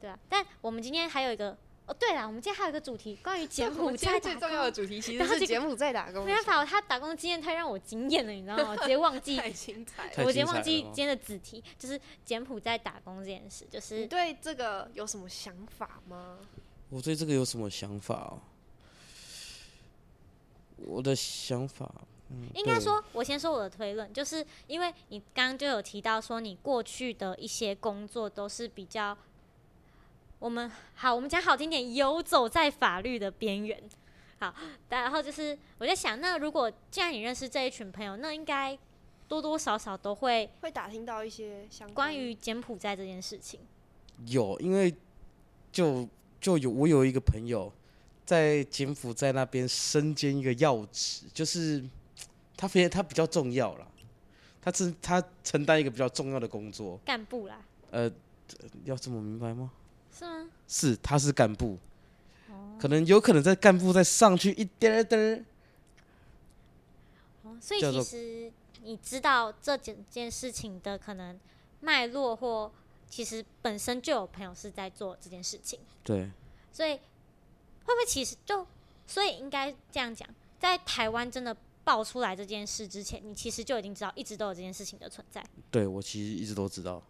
Speaker 1: 对啊，但我们今天还有一个哦，对啦，我们今天还有一个主题关于
Speaker 2: [LAUGHS]
Speaker 1: 柬
Speaker 2: 我
Speaker 1: 埔
Speaker 2: 们今
Speaker 1: 寨
Speaker 2: 天最
Speaker 1: 打
Speaker 2: 重要的
Speaker 1: 工。
Speaker 2: 主题其
Speaker 1: 然
Speaker 2: 实
Speaker 1: 后
Speaker 2: 是
Speaker 1: 这个
Speaker 2: 柬埔寨打工
Speaker 1: 没，办法，他打工经验太让我惊艳了，你知道吗？我直接忘记，
Speaker 2: 太精彩了。
Speaker 3: 太
Speaker 1: 我直接
Speaker 3: 精彩
Speaker 1: 忘记
Speaker 3: 了吗
Speaker 1: 今天的子题，就是柬埔寨打工这件事，就
Speaker 2: 你
Speaker 1: 是
Speaker 2: 对这个有什么想法吗？
Speaker 3: 我对这个有什么想法哦？我的想法，嗯，
Speaker 1: 应该
Speaker 3: 对
Speaker 1: 说，我先说我的推论，就是因为你刚刚就有提到说，你过去的一些工作都是比较，我们好，我们讲好听点，游走在法律的边缘。好，然后就是我在想，那如果既然你认识这一群朋友，那应该多多少少都会
Speaker 2: 会打听到一些相关
Speaker 1: 关于柬埔寨这件事情。
Speaker 3: 有，因为就就有我有一个朋友在柬埔寨那边身兼一个要职，就是他非他比较重要啦，他是他承担一个比较重要的工作，
Speaker 1: 干部啦，
Speaker 3: 呃，这要这么明白吗？
Speaker 1: 是吗？
Speaker 3: 是，他是干部，可能有可能在干部再上去一点儿点儿，
Speaker 1: 哦，所以
Speaker 3: 叫
Speaker 1: 其
Speaker 3: 做
Speaker 1: 实你知道这整件事情的可能脉络，或其实本身就有朋友是在做这件事情。
Speaker 3: 对，
Speaker 1: 所以会不会其实就，所以应该这样讲，在台湾真的爆出来这件事之前，你其实就已经知道一直都有这件事情的存在。
Speaker 3: 对我其实一直都知道，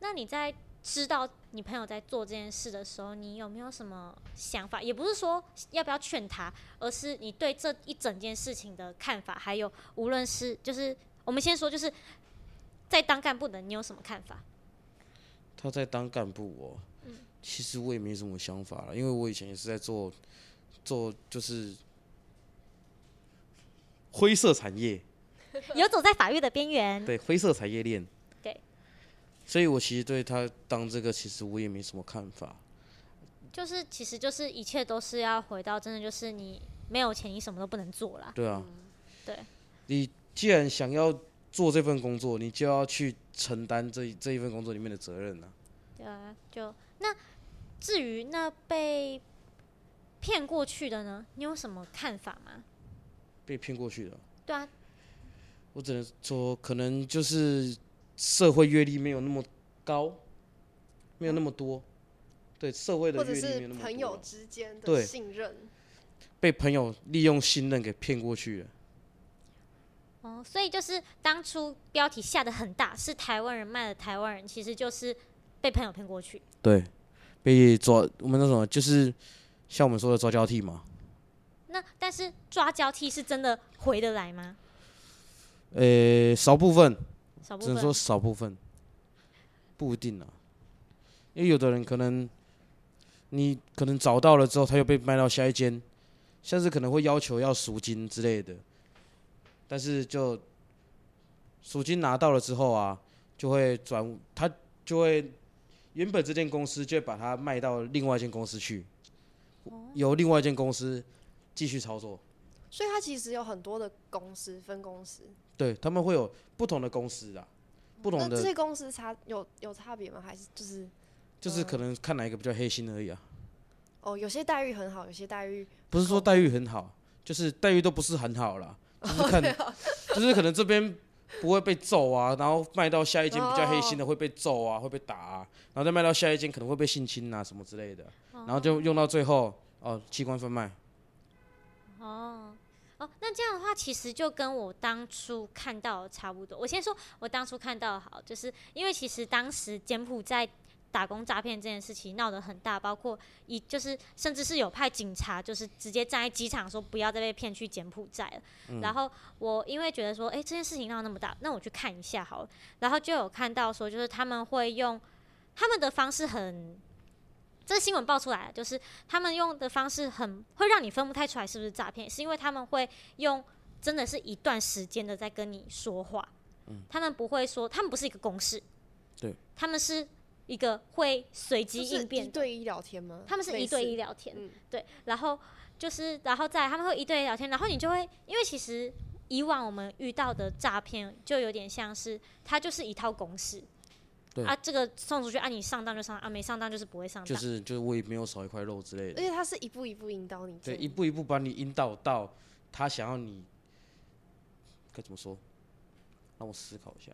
Speaker 1: 那你在知道你朋友在做这件事的时候，你有没有什么想法？也不是说要不要劝他，而是你对这一整件事情的看法，还有无论是就是我们先说就是。在当干部的你有什么看法？
Speaker 3: 他在当干部哦、
Speaker 1: 嗯
Speaker 3: 其实我也没什么想法了，因为我以前也是在做做就是灰色产业，
Speaker 1: 游走在法律的边缘，
Speaker 3: 对灰色产业链，
Speaker 1: 嗯对，
Speaker 3: 所以我其实对他当这个其实我也没什么看法，
Speaker 1: 就是其实就是一切都是要回到真的就是你没有钱，你什么都不能做啦。
Speaker 3: 对啊，
Speaker 2: 嗯
Speaker 1: 对，
Speaker 3: 你既然想要做这份工作，你就要去承担这这一份工作里面的责任啊。
Speaker 1: 对啊，就那至于那被骗过去的呢，你有什么看法吗？
Speaker 3: 被骗过去的，
Speaker 1: 对啊，
Speaker 3: 我只能说，可能就是社会阅历没有那么高，没有那么多，对社会的
Speaker 2: 或
Speaker 3: 阅
Speaker 2: 者
Speaker 3: 历没
Speaker 2: 是
Speaker 3: 有那么多
Speaker 2: 朋友之间的
Speaker 3: 对
Speaker 2: 信任，
Speaker 3: 被朋友利用信任给骗过去了。
Speaker 1: 哦，所以就是当初标题下的很大，是台湾人卖的台湾人，其实就是被朋友骗过去。
Speaker 3: 对，被抓，我们那种就是像我们说的抓交替嘛，
Speaker 1: 那但是抓交替是真的回得来吗？
Speaker 3: 呃，少部分，
Speaker 1: 少部
Speaker 3: 只能说
Speaker 1: 分
Speaker 3: 少部分，不一定啊，因为有的人可能你可能找到了之后，他又被卖到下一间，下次可能会要求要赎金之类的，但是就赎金拿到了之后啊，就会转，他就会原本这间公司就会把它卖到另外一间公司去，
Speaker 1: 哦
Speaker 3: 由另外一间公司继续操作。
Speaker 2: 所以它其实有很多的公司分公司，
Speaker 3: 对他们会有不同的公司啊，不
Speaker 2: 那
Speaker 3: 同
Speaker 2: 这
Speaker 3: 的
Speaker 2: 些公司差有有差别吗？还是就是
Speaker 3: 就是可能看哪一个比较黑心而已啊，
Speaker 2: 哦，有些待遇很好，有些待遇
Speaker 3: 不是说待遇很好，就是待遇都不是很好啦，就是看，就是可能这边。不会被揍啊，然后卖到下一间比较黑心的会被揍啊，会被打啊，然后再卖到下一间可能会被性侵啊什么之类的，然后就用到最后哦，器官贩卖，
Speaker 1: 哦哦，那这样的话，其实就跟我当初看到的差不多。我先说，我当初看到的好，就是因为其实当时柬埔寨打工诈骗这件事情闹得很大，包括以就是甚至是有派警察，就是直接站在机场说不要再被骗去柬埔寨了。然后我因为觉得说，哎、这件事情闹那么大，那我去看一下好了。然后就有看到说，就是他们会用他们的方式很。这是新闻爆出来了，就是他们用的方式很会让你分不太出来是不是诈骗，是因为他们会用真的是一段时间的在跟你说话，他们不会说，他们不是一个公式，
Speaker 3: 对，
Speaker 1: 他们是一个会随机
Speaker 2: 就是
Speaker 1: 应变
Speaker 2: 一
Speaker 1: 的
Speaker 2: 对一聊天吗？
Speaker 1: 他们是
Speaker 2: 类
Speaker 1: 一对
Speaker 2: 似
Speaker 1: 一聊天，
Speaker 2: 嗯
Speaker 1: 对，然后就是然后再来他们会一对一聊天，然后你就会因为其实以往我们遇到的诈骗就有点像是它就是一套公式，
Speaker 3: 对
Speaker 1: 啊，这个送出去啊，你上当就上当啊，没上当就是不会上
Speaker 3: 就
Speaker 1: 当，
Speaker 3: 是就是我也没有少一块肉之类
Speaker 2: 而
Speaker 3: 的，
Speaker 2: 且他是一步一步引导你
Speaker 3: 对，
Speaker 2: 进，
Speaker 3: 一步一步把你引导到他想要你该怎么说，让我思考一下，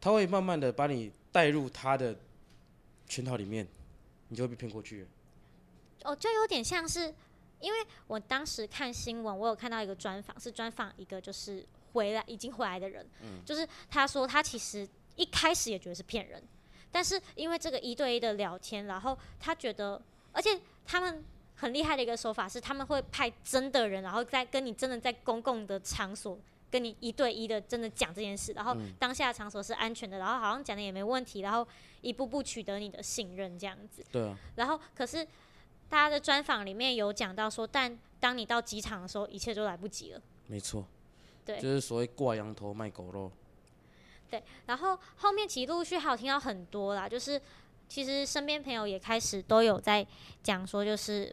Speaker 3: 他会慢慢的把你带入他的圈套里面，你就会被骗过去了，
Speaker 1: 哦，就有点像是，因为我当时看新闻，我有看到一个专访，是专访一个就是回来已经回来的人，就是他说他其实一开始也觉得是骗人，但是因为这个一对一的聊天，然后他觉得，而且他们。很厉害的一个手法是，他们会派真的人，然后再跟你真的在公共的场所跟你一对一的真的讲这件事，然后当下的场所是安全的，然后好像讲的也没问题，然后一步步取得你的信任这样子。
Speaker 3: 对啊，
Speaker 1: 然后可是大家的专访里面有讲到说，但当你到机场的时候，一切都来不及了。
Speaker 3: 没错，
Speaker 1: 对
Speaker 3: 就是所谓挂羊头卖狗肉，
Speaker 1: 对，然后后面其实陆续还有听到很多啦，就是其实身边朋友也开始都有在讲说，就是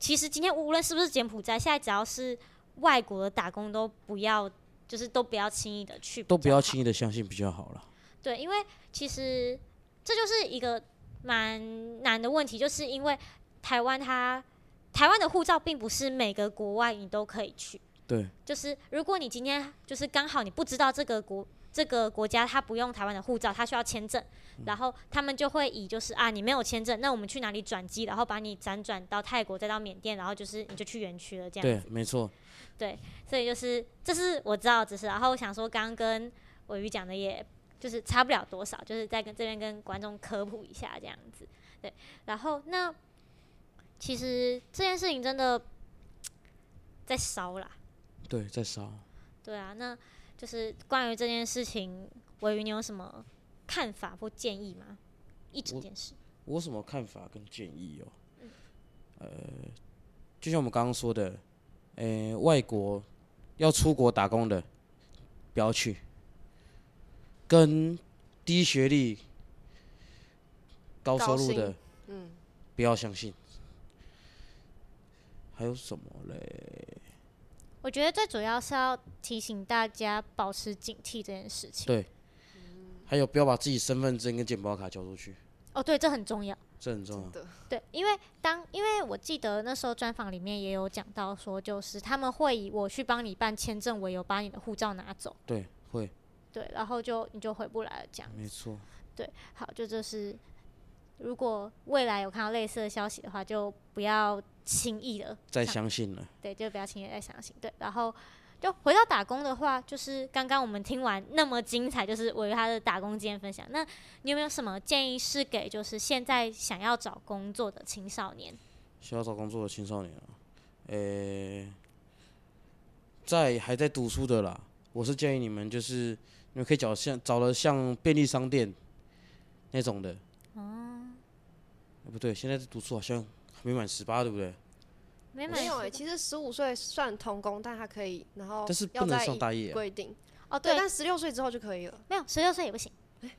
Speaker 1: 其实今天无论是不是柬埔寨，现在只要是外国的打工都不要，就是都不要轻易的去，
Speaker 3: 都不要。轻易的相信比较好了。
Speaker 1: 对，因为其实这就是一个蛮难的问题，就是因为台湾它台湾的护照并不是每个国外你都可以去，
Speaker 3: 对，
Speaker 1: 就是如果你今天就是刚好你不知道这个国这个国家它不用台湾的护照，它需要签证，然后他们就会以就是啊你没有签证，那我们去哪里转机，然后把你辗转到泰国，再到缅甸，然后就是你就去园区了这样。
Speaker 3: 对，没错，
Speaker 1: 所以就是这是我知道的知识，然后我想说刚刚跟伟瑜讲的也就是差不了多少，就是再跟这边跟观众科普一下这样子。对，然后那其实这件事情真的在烧啦，
Speaker 3: 对，在烧。
Speaker 1: 对啊，那就是关于这件事情，伟瑜你有什么看法或建议吗？一整件事，
Speaker 3: 我有什么看法跟建议哦？呃，就像我们刚刚说的，诶、外国要出国打工的，不要去，跟低学历、高收入
Speaker 2: 高
Speaker 3: 的
Speaker 2: 薪，嗯，
Speaker 3: 不要相信。还有什么嘞？
Speaker 1: 我觉得最主要是要提醒大家保持警惕这件事情。
Speaker 3: 对还有不要把自己身份证跟健保卡交出去，
Speaker 1: 哦，对，这很重要。
Speaker 3: 这很重要
Speaker 2: 真。的
Speaker 1: 对，因为当因为我记得那时候专访里面也有讲到说，就是他们会以我去帮你办签证为由把你的护照拿走，
Speaker 3: 对，会，
Speaker 1: 对，然后就你就回不来了这样。
Speaker 3: 没错。
Speaker 1: 对，好，就这是如果未来有看到类似的消息的话，就不要轻易的
Speaker 3: 再相信了，
Speaker 1: 对，就不要轻易再相信。对，然后就回到打工的话，就是刚刚我们听完那么精彩，就是我与他的打工经验分享。那你有没有什么建议是给就是现在想要找工作的青少年？
Speaker 3: 需要找工作的青少年啊，呃、在还在读书的啦，我是建议你们就是你们可以找像找了像便利商店那种的。哦、不对，现在是读书好像还没满十八，对不对？
Speaker 1: 没买
Speaker 2: 没有哎、
Speaker 1: 书
Speaker 2: 其实十五岁算童工，但他可以，然后
Speaker 3: 但是不
Speaker 2: 要
Speaker 3: 能
Speaker 2: 在
Speaker 3: 上
Speaker 2: 一
Speaker 3: 大夜啊
Speaker 2: 规定，
Speaker 1: 哦，
Speaker 2: 对，
Speaker 1: 对，
Speaker 2: 但十六岁之后就可以了。
Speaker 1: 没有十六岁也不行，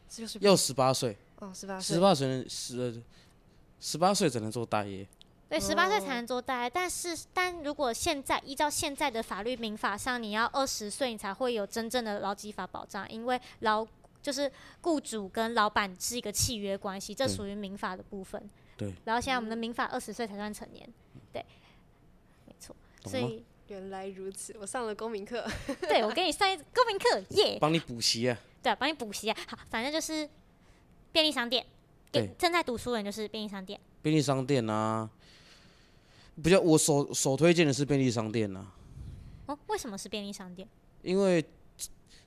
Speaker 2: 十六岁
Speaker 3: 要十八岁，
Speaker 2: 哦，十八岁
Speaker 3: 十，八岁十十八岁才能做大夜。
Speaker 1: 对，十八岁
Speaker 2: 哦
Speaker 1: 才能做代案。但是，但如果现在依照现在的法律民法上，你要二十岁你才会有真正的劳基法保障，因为劳就是雇主跟老板是一个契约关系，这
Speaker 3: 对
Speaker 1: 属于民法的部分。
Speaker 3: 对。
Speaker 1: 然后现在我们的民法二十岁才算成年，对，没错。
Speaker 3: 懂
Speaker 1: 所
Speaker 3: 吗
Speaker 1: 以，
Speaker 2: 原来如此，我上了公民课。
Speaker 1: 对我给你上一公民课，耶、
Speaker 3: 帮你补习啊，
Speaker 1: 对，帮你补习啊。好，反正就是便利商店，
Speaker 3: 对
Speaker 1: 给正在读书的人就是便利商店。
Speaker 3: 便利商店啊，比较我首首推荐的是便利商店啊，
Speaker 1: 哦，为什么是便利商店？
Speaker 3: 因为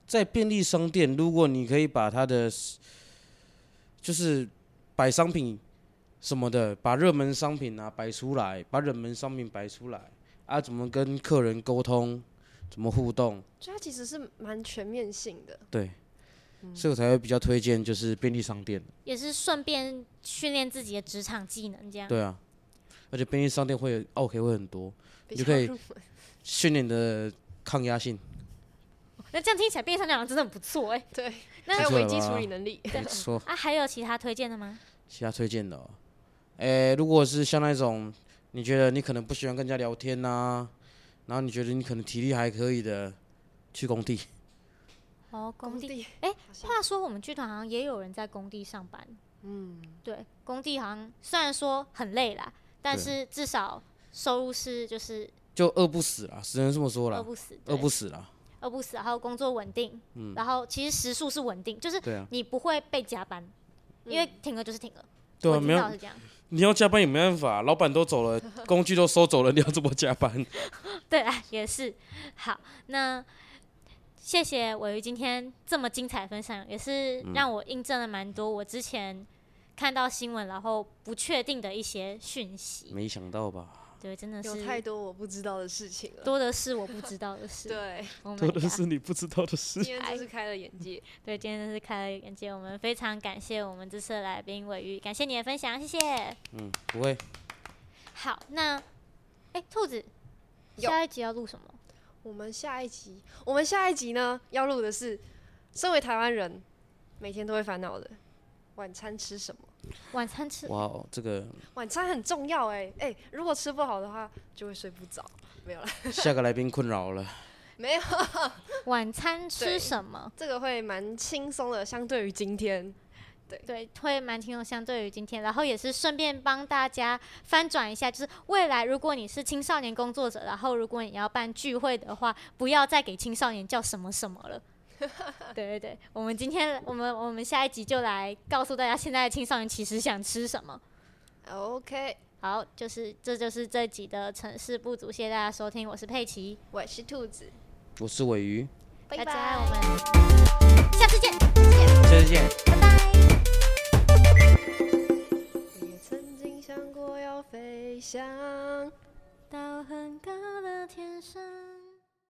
Speaker 3: 在便利商店，如果你可以把它的 s- 就是摆商品什么的，把热门商品啊摆出来，把冷门商品摆出来啊，怎么跟客人沟通，怎么互动，
Speaker 2: 就它其实是蛮全面性的，
Speaker 3: 对，所以我才会比较推荐就是便利商店，
Speaker 1: 也是顺便训练自己的职场技能，这样。
Speaker 3: 对啊，而且便利商店会有哦 OK 会很多，
Speaker 2: 比
Speaker 3: 你就
Speaker 2: 较
Speaker 3: 可以
Speaker 2: 入门。
Speaker 3: 训练你的抗压性，
Speaker 1: 那这样听起来便利商店好像真的很不错
Speaker 3: 哦
Speaker 1: 哎、
Speaker 2: 对，
Speaker 1: 那
Speaker 2: 还有
Speaker 3: 不错
Speaker 2: 危
Speaker 3: 了
Speaker 2: 机
Speaker 3: 吧
Speaker 2: 处理能力。
Speaker 3: 没错。
Speaker 1: 啊，还有其他推荐的吗？
Speaker 3: 其他推荐的、哦，诶、如果是像那种你觉得你可能不喜欢跟人家聊天呐、然后你觉得你可能体力还可以的，去工地。
Speaker 1: 哦，工地。
Speaker 2: 地，
Speaker 1: 哎
Speaker 2: 好像
Speaker 1: 话说我们剧团好像也有人在工地上班。嗯，对，工地好像虽然说很累啦，但
Speaker 3: 对
Speaker 1: 是至少收入是就是
Speaker 3: 就饿不死啦，只能这么说
Speaker 1: 饿
Speaker 3: 啦，
Speaker 1: 不死，对
Speaker 3: 饿不死啦，
Speaker 1: 饿不死，还有工作稳定，然后其实时数是稳定，就是
Speaker 3: 对啊，
Speaker 1: 你不会被加班，因为停了就是停了。
Speaker 3: 对啊，
Speaker 1: 我
Speaker 3: 没
Speaker 1: 听到
Speaker 3: 有
Speaker 1: 是这样。
Speaker 3: 你要加班也没办法，老板都走
Speaker 1: [LAUGHS]
Speaker 3: 了，工具都收走了，你要怎么加班？
Speaker 1: 对啊，也是。好，那谢谢尾鱼今天这么精彩的分享，也是
Speaker 3: 嗯
Speaker 1: 让我印证了蛮多我之前看到新闻然后不确定的一些讯息。
Speaker 3: 没想到吧，
Speaker 1: 对，真的
Speaker 2: 有太
Speaker 1: 是
Speaker 2: 多我不知道的事情了。
Speaker 1: 多的是我不知道的事。
Speaker 2: 对，
Speaker 1: Oh my
Speaker 3: 多的
Speaker 1: god
Speaker 3: 是你不知道
Speaker 2: 今
Speaker 3: 的事。
Speaker 2: 天
Speaker 1: 哎
Speaker 2: 真是开了眼界。
Speaker 1: 对，今天真是开了眼界。我们非常感谢我们这次的来宾尾鱼，感谢你的分享，谢谢。
Speaker 3: 嗯，不会，
Speaker 1: 好，那哎，兔子，
Speaker 2: 有
Speaker 1: 下一集要录什么？
Speaker 2: 我们下一集，我们下一集呢要录的是，身为台湾人，每天都会烦恼的晚餐吃什么。
Speaker 1: 晚餐吃
Speaker 3: 哇哦，这个
Speaker 2: 晚餐很重要哎、哎、如果吃不好的话，就会睡不着。没有啦，
Speaker 3: 下个来宾困扰了，
Speaker 2: 没有，
Speaker 1: 晚餐吃
Speaker 2: 对
Speaker 1: 什么？
Speaker 2: 这个会蛮轻松的，相对于今天。
Speaker 1: 对，会蛮轻松。相对于今天，然后也是顺便帮大家翻转一下，就是未来如果你是青少年工作者，然后如果你要办聚会的话，不要再给青少年叫什么什么了。 [LAUGHS] 对对对，我们今天我们我们下一集就来告诉大家，现在的青少年其实想吃什么。
Speaker 2: OK，
Speaker 1: 好，就是这就是这集的城市不足，谢谢大家收听，我是佩奇，
Speaker 2: 我是兔子，
Speaker 3: 我是尾鱼，
Speaker 2: 拜
Speaker 1: 大家
Speaker 2: 拜。
Speaker 1: 我们下次见，
Speaker 3: 下次见。
Speaker 1: 拜拜。
Speaker 2: 也曾经想过要飞翔。
Speaker 1: 到很高的天上。